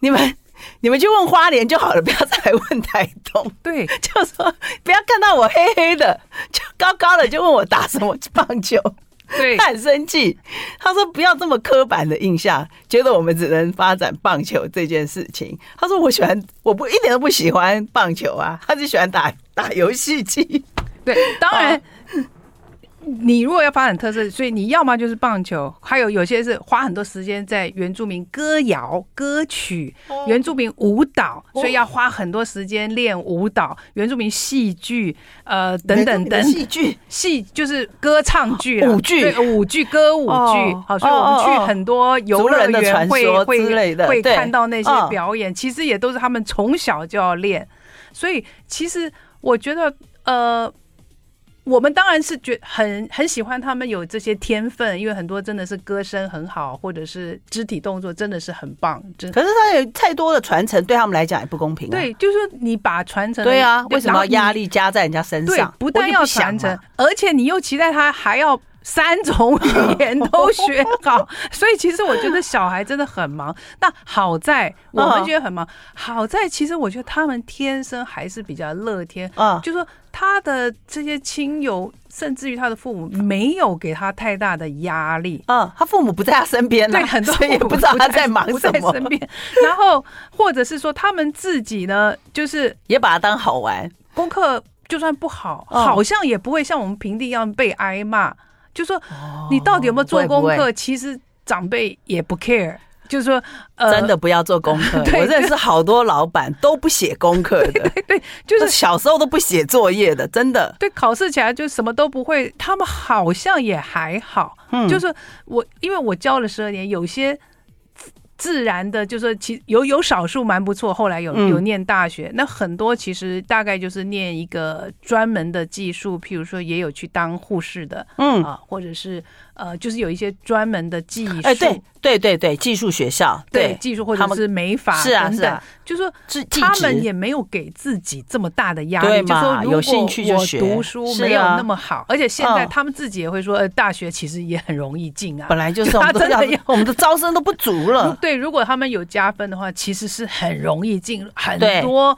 S1: 你们你们去问花莲就好了，不要再来问台东。
S2: 对
S1: 就说不要看到我黑黑的，就高高的，就问我打什么棒球，
S2: 对
S1: 他很生气。他说不要这么刻板的印象，觉得我们只能发展棒球这件事情。他说我喜欢，我不一点都不喜欢棒球啊，他就喜欢打打游戏机。
S2: 对，当然。你如果要发展特色，所以你要么就是棒球，还有有些是花很多时间在原住民歌谣、歌曲、原住民舞蹈，
S1: 哦
S2: 所以要花很多时间练舞蹈、原住民戏剧，呃，等
S1: 原
S2: 等
S1: 住民的
S2: 等，
S1: 戏剧
S2: 戏就是歌唱剧啦、
S1: 舞剧
S2: 对舞剧、歌舞剧
S1: 哦。
S2: 好，所以我们
S1: 哦哦
S2: 去
S1: 哦
S2: 很多游乐
S1: 族人的
S2: 园
S1: 传
S2: 会
S1: 说
S2: 会
S1: 之类的
S2: 会
S1: 对
S2: 看到那些
S1: 嗯
S2: 表演，其实也都是他们从小就要练。所以其实我觉得，呃，我们当然是觉很很喜欢他们有这些天分，因为很多真的是歌声很好，或者是肢体动作真的是很棒，真。
S1: 可是他有太多的传承，对他们来讲也不公平、啊。
S2: 对，就是说你把传承的
S1: 对啊，为什么要
S2: 然后
S1: 压
S2: 你
S1: 力加在人家身
S2: 对
S1: 上？，
S2: 不但要传承，而且你又期待他还要三种语言 都学好，所以其实我觉得小孩真的很忙。那好在我们
S1: 嗯
S2: 觉得很忙，好在其实我觉得他们天生还是比较乐天，
S1: 啊，
S2: 就说他的这些亲友，甚至于他的父母没有给他太大的压力。
S1: 嗯，他父母不在他身边呢、
S2: 对，很多
S1: 所以也
S2: 父母
S1: 不知道他在忙
S2: 不
S1: 什么
S2: 不在，身边。然后或者是说他们自己呢，就是
S1: 也把它当好玩。
S2: 功课就算不好，
S1: 嗯
S2: 好像也不会像我们平地一样被挨骂。就说你到底有没有做功
S1: 哦不会
S2: 课，
S1: 不会
S2: 其实长辈也不 care。就是说，呃，。
S1: 真的不要做功课
S2: 对
S1: 我认识好多老板都不写功课的，
S2: 对，
S1: 就
S2: 就
S1: 是
S2: 是
S1: 小时候都不写作业的，真的。
S2: 对考试起来就什么都不会，他们好像也还好。
S1: 嗯
S2: 就是我，因为我教了十二年，有些自自然的，就是说其有有少数蛮不错，后来有
S1: 嗯
S2: 有念大学，那很多其实大概就是念一个专门的技术，譬如说也有去当护士的，
S1: 嗯，
S2: 啊，或者是呃，就是有一些专门的技术，
S1: 哎，对对对对，技术学校，
S2: 对技术或
S1: 他
S2: 者
S1: 们
S2: 是美法
S1: 是啊
S2: 等
S1: 是
S2: 等
S1: 啊，
S2: 就说
S1: 是技
S2: 他
S1: 职
S2: 们也没有给自己这么大的压
S1: 对
S2: 力，就说
S1: 嘛
S2: 如
S1: 有
S2: 果
S1: 兴趣就
S2: 我
S1: 学
S2: 读书
S1: 是
S2: 没有
S1: 啊
S2: 那么好，而且现在
S1: 嗯
S2: 他们自己也会说，呃，大学其实也很容易进啊
S1: 本。来嗯就是
S2: 就
S1: 我
S2: 他
S1: 们都
S2: 真的
S1: 要
S2: 要，嗯
S1: 我们的招生都不足
S2: 如
S1: 了。
S2: 对，如果他们有加分的话，其实是很容易进很
S1: 对
S2: 多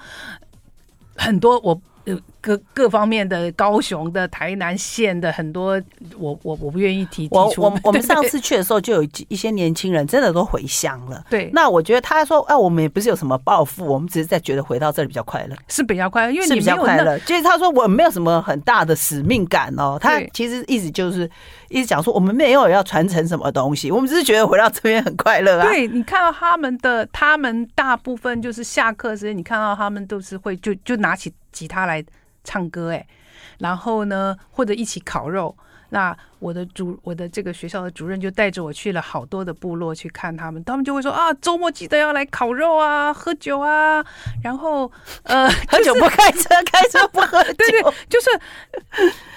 S2: 很多我。呃各各方面的高雄的、台南县的很多，我我我不愿意提提
S1: 我
S2: 出。
S1: 我我们上
S2: 对
S1: 次去的时候，就有一一些年轻人真的都回乡了。
S2: 对
S1: 那我觉得他说，哎，我们也不是有什么抱负，我们只是在觉得回到这里比较快乐。
S2: 是比较快，因为
S1: 是
S2: 你
S1: 比
S2: 没
S1: 较
S2: 有
S1: 快
S2: 那
S1: 乐。就是他说我没有什么很大的使命感哦，他
S2: 对
S1: 其实意思就是一直讲说我们没有要传承什么东西，我们只是觉得回到这边很快乐啊。
S2: 对你看到他们的，他们大部分就是下课时间，你看到他们都是会就就拿起吉他来唱歌，哎，然后呢，或者一起烤肉。那我的主，我的这个学校的主任就带着我去了好多的部落去看他们，他们就会说啊，周末记得要来烤肉啊，喝酒啊，然后呃，
S1: 喝酒不开车，开车不喝酒。
S2: 对对， 就是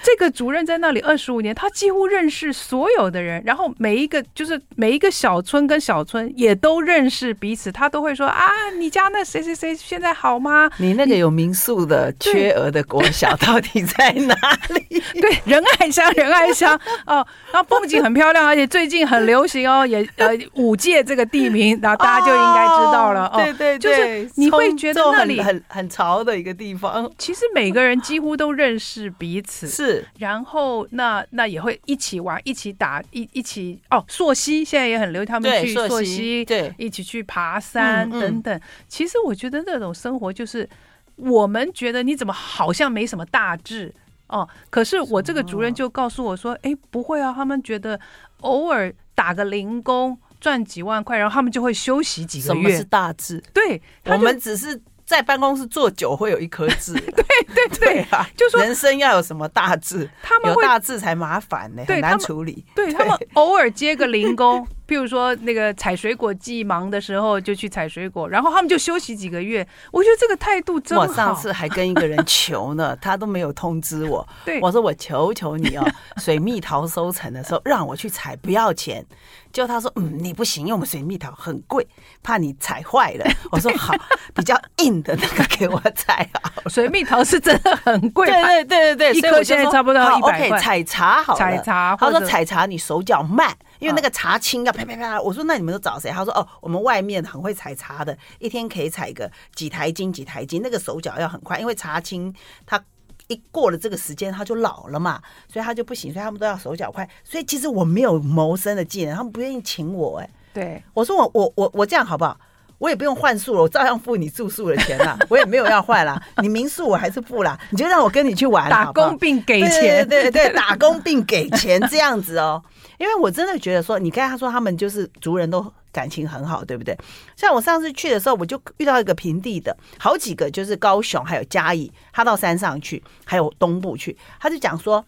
S2: 这个主任在那里二十五年，他几乎认识所有的人，然后每一个就是每一个小村跟小村也都认识彼此，他都会说啊，你家那谁谁谁现在好吗？
S1: 你那个有民宿的缺额的国小到底在哪里？
S2: 对，仁爱乡，仁爱乡哦，然后风景很漂亮，而且最近很流行哦，也呃五界这个地名，然后 大家就应该知道了哦。
S1: 对对，
S2: 就是你会觉得那里
S1: 很很很潮的一个地方，
S2: 其实每个人几乎都认识彼此，
S1: 是
S2: 然后那那也会一起玩，一起打，一一起哦，溯溪现在也很流行，他们
S1: 对
S2: 去
S1: 溯
S2: 溯
S1: 溪
S2: 溪，
S1: 对
S2: 一起去爬山、
S1: 嗯嗯
S2: 等等。其实我觉得那种生活就是我们觉得你怎么好像没什么大志哦，可是我这个主任就告诉我说，哎，不会啊，他们觉得偶尔打个零工赚几万块，然后他们就会休息几个
S1: 什么是
S2: 月。
S1: 大致？
S2: 对，他
S1: 我
S2: 就
S1: 们只是。在办公室坐久会有一颗痣。对
S2: 对
S1: 对啊，
S2: 就说
S1: 人生要有什么大志，
S2: 他们
S1: 有
S2: 会
S1: 大志才麻烦呢、
S2: 对
S1: 很
S2: 他
S1: 难
S2: 们
S1: 处理。
S2: 对他们偶尔接个零 工，譬如说那个采水果季忙的时候就去采水果，然后他们就休息几个月。我觉得这个态度真好。
S1: 我上次还跟一个人求呢，他都没有通知我。
S2: 对
S1: 我说我求求你哦，水蜜桃收成的时候让我去采，不要钱。就他说，嗯，你不行，因为我们水蜜桃很贵，怕你采坏了。 我说好，比较硬的那个给我采啊好。
S2: 水蜜桃是真的很贵，
S1: 对对对对对，
S2: 一
S1: 所以
S2: 颗
S1: 我就
S2: 现在
S1: 说
S2: 差不多要
S1: 好
S2: 100块
S1: OK，采茶好了，
S2: 采茶
S1: 他
S2: 或
S1: 说
S2: 者
S1: 采茶你手脚慢，因为
S2: 啊
S1: 那个茶青要啪啪啪。我说那你们都找谁？他说哦，我们外面很会采茶的，一天可以采个几台斤几台斤，那个手脚要很快，因为茶青它。一过了这个时间，它就老了嘛，所以它就不行，所以他们都要手脚快。所以其实我没有谋生的技能，他们不愿意请我、哎，
S2: 对
S1: 我说我我我我这样好不好？我也不用换宿了，我照样付你住宿的钱啦， 我也没有要换啦，你民宿我还是付啦，你就让我跟你去玩
S2: 打
S1: 好不好
S2: 工并给钱，
S1: 对对对对，打工并给钱这样子哦。因为我真的觉得说，你刚才他说他们就是族人都感情很好，对不对？像我上次去的时候，我就遇到一个平地的，好几个就是高雄还有嘉义，他到山上去，还有东部去，他就讲说。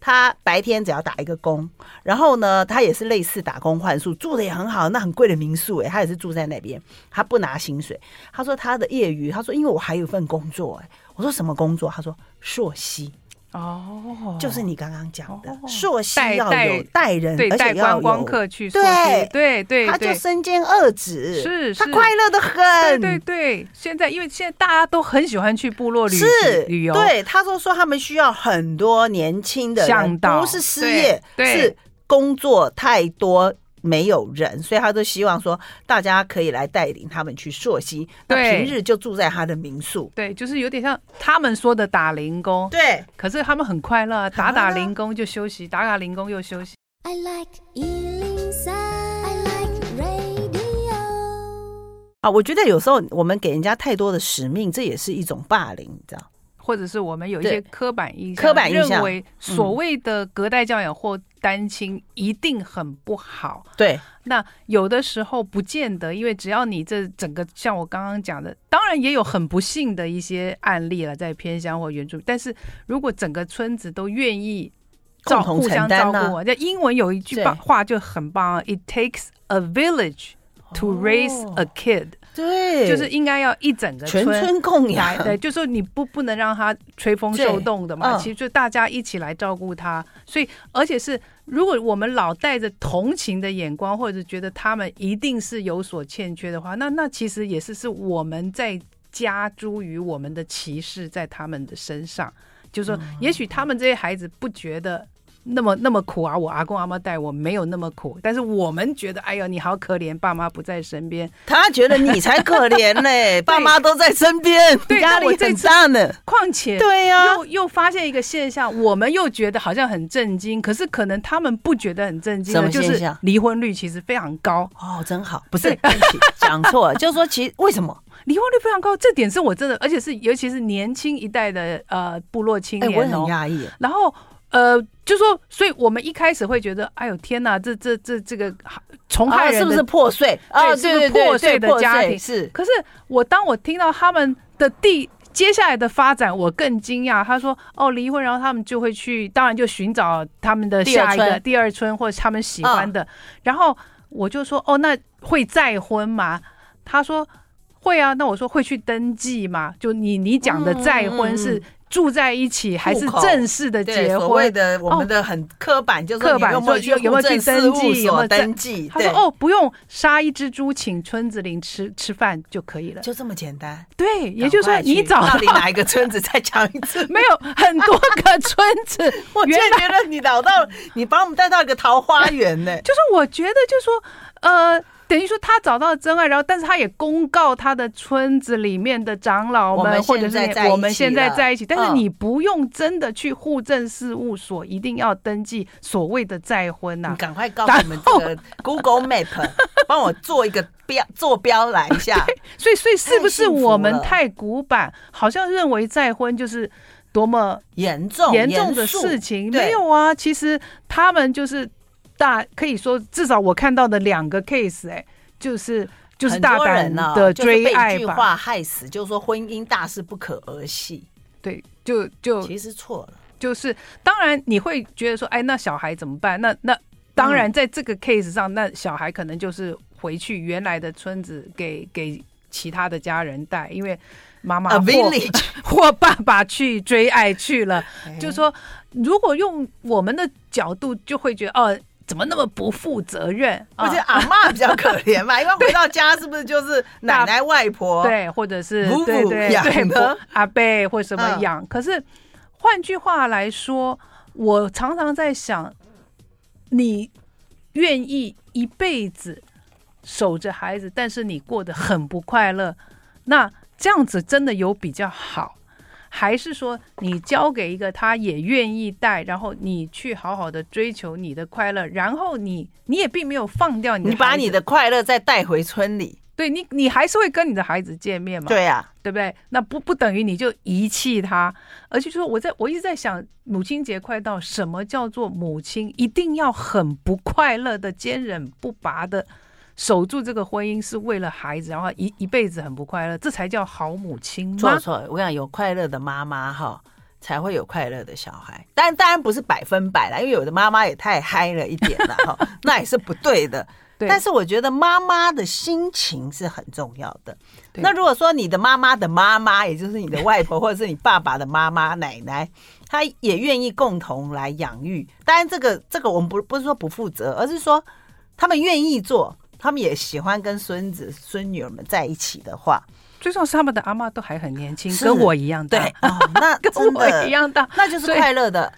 S1: 他白天只要打一个工，然后呢，他也是类似打工换宿，住的也很好，那很贵的民宿、哎诶，他也是住在那边，他不拿薪水。他说他的业余，他说因为我还有一份工作、诶，我说什么工作？他说朔溪。
S2: 哦，
S1: 就是你刚刚讲的
S2: 哦，
S1: 朔溪
S2: 带
S1: 要
S2: 带
S1: 有带人，
S2: 对
S1: 而且
S2: 带
S1: 要
S2: 观光
S1: 有
S2: 客去溯溪，
S1: 对
S2: 对对，
S1: 他就
S2: 对
S1: 身兼二职，
S2: 是
S1: 他
S2: 是
S1: 快乐的
S2: 对
S1: 很，
S2: 对对，现在因为现在大家都很喜欢去部落旅行
S1: 是
S2: 旅游，
S1: 对，他说说他们需要很多年轻的
S2: 向
S1: 人，
S2: 导
S1: 不是失业，
S2: 对对
S1: 是工作太多。没有人，所以他都希望说大家可以来带领他们去朔溪。那
S2: 对
S1: 平日就住在他的民宿。
S2: 对，就是有点像他们说的打零工，
S1: 对，
S2: 可是他们很快乐啊，打
S1: 快
S2: 打
S1: 乐
S2: 零工就休息，打打零工又休息。
S3: I like Ealing Sound. I like radio.
S1: 啊，我觉得有时候我们给人家太多的使命，这也是一种霸凌，你知道？
S2: 或者是我们有一些
S1: 对
S2: 刻板印象，
S1: 刻板印象嗯
S2: 认为所谓的隔代教养或单亲一定很不好。
S1: 对，
S2: 那有的时候不见得，因为只要你这整个像我刚刚讲的，当然也有很不幸的一些案例了，在偏乡或原住民，但是如果整个村子都愿意照
S1: 共同
S2: 互
S1: 承
S2: 相
S1: 担
S2: 照
S1: 啊
S2: 顾，那英文有一句
S1: 对
S2: 棒话就很棒啊，It takes a village to raise a
S1: 哦
S2: kid，、
S1: 对，
S2: 啊就是应该要一整个
S1: 全村共
S2: 来
S1: 养，
S2: 对，就说你不不能让他吹风受冻的嘛，
S1: 对嗯
S2: 其实就大家一起来照顾他。所以，而且是如果我们老带着同情的眼光，或者是觉得他们一定是有所欠缺的话，那那其实也是是我们在加诸于我们的歧视在他们的身上。就是
S1: 哦
S2: 说，也许他们这些孩子不觉得。那么那么苦啊！我阿公阿妈带我没有那么苦，但是我们觉得，哎呀，你好可怜，爸妈不在身边，
S1: 他觉得你才可怜 嘞，爸妈都在身边，
S2: 对
S1: 压力很大呢。
S2: 况且
S1: 对呀、
S2: 又又发现一个现象，我们又觉得好像很震惊，可是可能他们不觉得很震惊
S1: 什
S2: 的，
S1: 么
S2: 就
S1: 现
S2: 是
S1: 象
S2: 离婚率其实非常高，
S1: 哦，真好，不是，对不起，讲错了，就是说，其实为什么？
S2: 离婚率非常高，这点是我真的，而且是尤其是年轻一代的呃部落青
S1: 哎、我也
S2: 年
S1: 很
S2: 哦，
S1: 压抑。
S2: 然后呃就说，所以我们一开始会觉得，哎呦天哪，这这这这个从害
S1: 啊，
S2: 人
S1: 是
S2: 的
S1: 不是破碎？啊，
S2: 对
S1: 对对
S2: 是不
S1: 对，
S2: 是破碎的
S1: 对破
S2: 家庭
S1: 是
S2: 可是我当我听到他们的第接下来的发展，我更惊讶。他说：“哦，离婚，然后他们就会去，当然就寻找他们的下一
S1: 第二
S2: 个
S1: 春嗯
S2: 第二春或者他们喜欢的。然后我就说：“哦，那会再婚吗？”他说：“会啊。”那我说：“会去登记吗？”就你你讲的再
S1: 嗯
S2: 婚
S1: 嗯
S2: 是
S1: 嗯
S2: 住在一起，还是
S1: 户口
S2: 正式的
S1: 对
S2: 结
S1: 所谓
S2: 婚？哦
S1: 的我们的很刻板，就是
S2: 刻
S1: 说你
S2: 板
S1: 有没有
S2: 说有有没有
S1: 户政
S2: 去登记
S1: 事务所
S2: 有没有在
S1: 登记？
S2: 他说
S1: 对：“，
S2: 哦，不用杀一只猪，请村子里吃吃饭就可以了。
S1: 就这么简单。”
S2: 对，也就是说
S1: 赶快去啊
S2: 你找？
S1: 到底哪一个村子再讲一次
S2: 没有很多个村 子，
S1: 我就
S2: 原来
S1: 觉得你老到你把我们带到一个桃花源 呢、
S2: 就是我觉得就是说，呃，等于说他找到真爱，然后但是他也公告他的村子里面的长老
S1: 我
S2: 们
S1: 们
S2: 或者是
S1: 现在在一起
S2: 我们现在
S1: 了
S2: 在一起，但是
S1: 嗯
S2: 你不用真的去户政事务所一定要登记所谓的再婚呐、
S1: 你赶快告诉我们这个 Google Map，帮我做一个标坐标来一下。
S2: 所以，所以是不是
S1: 幸福
S2: 我们
S1: 了
S2: 太古板，好像认为再婚就是多么
S1: 严重
S2: 严重的
S1: 肃
S2: 事情，
S1: 对
S2: 没有啊。其实他们就是大，可以说至少我看到的两个 case，哎、就是就是
S1: 很
S2: 大
S1: 多
S2: 胆
S1: 人呢
S2: 的
S1: 就是被
S2: 追爱
S1: 一句
S2: 吧，
S1: 话害死，就是说婚姻大事不可儿戏，
S2: 对，就就
S1: 其实错了。
S2: 就是，当然你会觉得说，哎，那小孩怎么办？那
S1: 嗯
S2: 那当然，在这个 case 上，那小孩可能就是回去原来的村子给给其他的家人带，因为妈妈
S1: A
S2: 或
S1: 啊 village，
S2: 或爸爸去追爱去了。就
S1: 哎
S2: 说，如果用我们的角度，就会觉得哦，怎么那么不负责任
S1: 我
S2: 啊
S1: 觉？得阿嬷比较可怜嘛，因为回到家是不是就是奶奶、外婆？，
S2: 对，或者是
S1: 母
S2: 对
S1: 乳
S2: 对
S1: 养
S2: 对
S1: 的
S2: 不阿贝或什么
S1: 嗯
S2: 养。可是换句话来说，我常常在想，你愿意一辈子守着孩子，但是你过得很不快乐，那这样子真的有比较好？还是说你交给一个他也愿意带，然后你去好好的追求你的快乐，然后你你也并没有放掉你的
S1: 你把
S2: 孩
S1: 你
S2: 子
S1: 的快乐再带回村里。
S2: 对你你还是会跟你的孩子见面嘛？
S1: 对啊呀、
S2: 对不对？那不不等于你就遗弃他，而且就是我在我一直在想，母亲节快到，什么叫做母亲一定要很不快乐的、坚忍不拔的守住这个婚姻，是为了孩子，然后
S1: 嗯
S2: 一一辈子很不快乐，这才叫好母亲
S1: 错
S2: 吗？
S1: 错，我跟你讲，有快乐的妈妈哈，才会有快乐的小孩。但当然不是百分百啦，因为有的妈妈也太嗨了一点了 哈，那也是不对的。
S2: 对，
S1: 但是我觉得妈妈的心情是很重要的。
S2: 对
S1: 那如果说你的妈妈的妈妈，也就是你的外 婆或者是你爸爸的妈妈、奶奶，她也愿意共同来养育，当然这个这个我们不不是说不负责，而是说他们愿意做，他们也喜欢跟孙子孙女儿们在一起的话，
S2: 最重要是他们的阿嬷都还很年轻，
S1: 是
S2: 跟我一样大，
S1: 对，哦、那
S2: 跟
S1: 真
S2: 我
S1: 的
S2: 一，样大，
S1: 那就是
S2: 所以
S1: 快乐的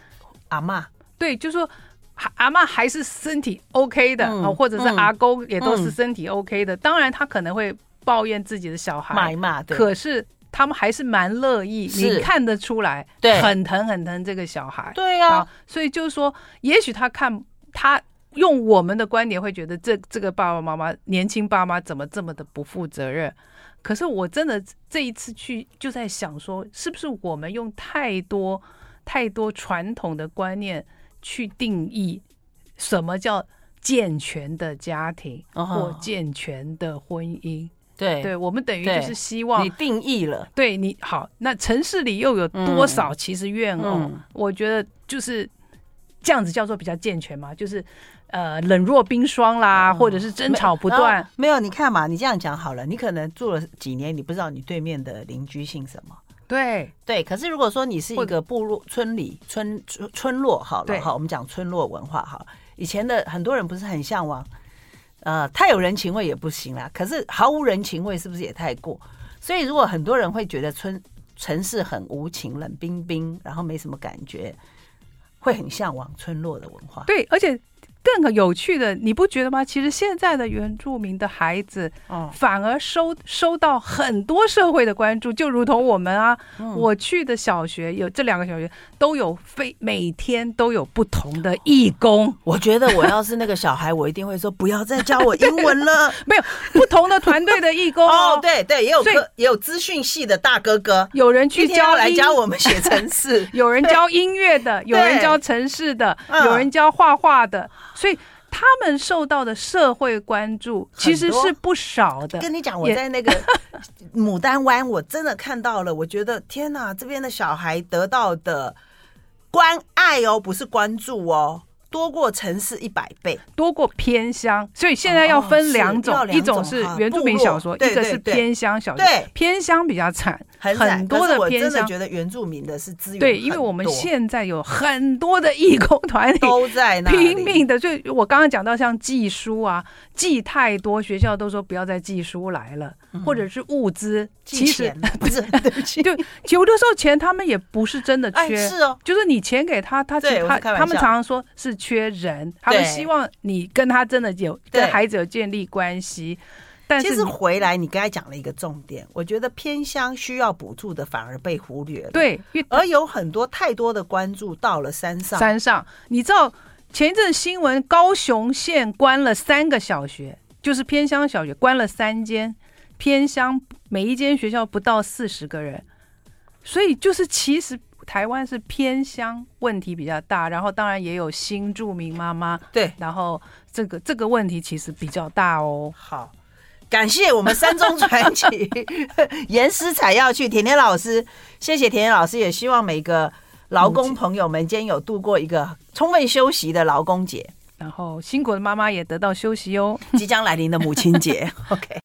S1: 阿嬷。
S2: 对，就说阿阿嬷还是身体 OK 的，
S1: 嗯
S2: 啊或者是
S1: 嗯
S2: 阿公也都是
S1: 嗯
S2: 身体 OK 的，当然他可能会抱怨自己的小孩
S1: 骂一骂，对，
S2: 可是他们还是蛮乐意，
S1: 是
S2: 你看得出来，
S1: 对啊
S2: 很疼很疼这个小孩。
S1: 对呀、
S2: 啊，所以就是说，也许他看他用我们的观点会觉得这这个爸爸妈妈年轻爸妈怎么这么的不负责任？可是我真的这一次去就在想说，是不是我们用太多太多传统的观念去定义什么叫健全的家庭
S1: 哦
S2: 或健全的婚姻？
S1: 对
S2: 嗯对我们等于就
S1: 对
S2: 是希望
S1: 你定义了，
S2: 对你好，那城市里又有多少其实怨偶？
S1: 嗯
S2: 我觉得就是这样子叫做比较健全嘛，就是呃冷若冰霜啦，或者是争吵不断。
S1: 嗯没哦有，你看嘛，你这样讲好了，你可能住了几年，你不知道你对面的邻居姓什么。
S2: 对
S1: 对，可是如果说你是一
S2: 或者
S1: 个部落、村里、村村村落好
S2: 对
S1: 了，好，我们讲村落文化好了。以前的很多人不是很向往，呃，太有人情味也不行啦。可是毫无人情味是不是也太过？所以如果很多人会觉得村城市很无情、冷冰冰，然后没什么感觉，会很向往村落的文化。哦
S2: 对，而且更有趣的，你不觉得吗？其实现在的原住民的孩子
S1: 哦，
S2: 反而收收到很多社会的关注，就如同我们啊，
S1: 嗯
S2: 我去的小学有这两个小学都有非每天都有不同的义工。
S1: 我觉得我要是那个小孩，我一定会说不要再教我英文 了。
S2: 没有不同的团队的义 工
S1: 哦，对对，也有
S2: 所以
S1: 科也有资讯系的大哥哥，
S2: 有人去
S1: 今天要
S2: 教
S1: 来
S2: 音。
S1: 教我们写程式
S2: 有人教音 乐的，有人教城市的，
S1: 嗯
S2: 有人教画画的，所以他们受到的社会关注其实是不少的。
S1: 跟你讲，我
S2: 也
S1: 在那个牡丹湾，我真的看到了，我觉得天哪，这边的小孩得到的关爱哦，不是关注哦，多过城市一百倍。
S2: 多过偏乡，所以现在要
S1: 哦
S2: 分
S1: 是
S2: 两种，
S1: 要两
S2: 一种
S1: 种
S2: 是
S1: 哈
S2: 原住民
S1: 部落
S2: 小说，
S1: 对
S2: 一个
S1: 对
S2: 是
S1: 对
S2: 偏乡小说
S1: 对，
S2: 偏乡比较惨，
S1: 很惨
S2: 多
S1: 可是
S2: 的
S1: 我
S2: 偏
S1: 真的
S2: 乡。
S1: 觉得原住民的是资源
S2: 对，因为我们
S1: 很多
S2: 现在有很多的义工团体，
S1: 都在那里
S2: 拼命的，就我刚刚讲到像寄书啊，寄太多，学校都说不要再寄书来了，或者是物资，其
S1: 寄
S2: 实
S1: 嗯钱 了，不是对不起，
S2: 对，有的时候钱他们也不 是啊真的
S1: 哎
S2: 缺。
S1: 是哦，
S2: 就是你钱给他，他其实
S1: 对我
S2: 他
S1: 是开玩
S2: 他们
S1: 笑
S2: 常常说是缺人，他们
S1: 对
S2: 希望你跟他真的有
S1: 对
S2: 跟孩子有建立关系，但
S1: 其
S2: 是
S1: 实
S2: 你
S1: 回来，你刚才讲了一个重点，我觉得偏乡需要补助的反而被忽略了。，
S2: 对，因为
S1: 而有很多太多的关注到了山上。
S2: 山上，你知道前一阵新闻，高雄县关了三个小学，就是偏乡小学，关了三间，偏乡每一间学校不到四十个人，所以就是其实台湾是偏乡问题比较大，然后当然也有新住民妈妈，
S1: 对，
S2: 然后这个这个问题其实比较大哦。
S1: 好，感谢我们山中传奇 严师采药去甜甜老师，谢谢甜甜老师，也希望每个劳工朋友们今天有度过一个充分休息的劳工节，
S2: 然后辛苦的妈妈也得到休息哦。
S1: 即将来临的母亲节。OK。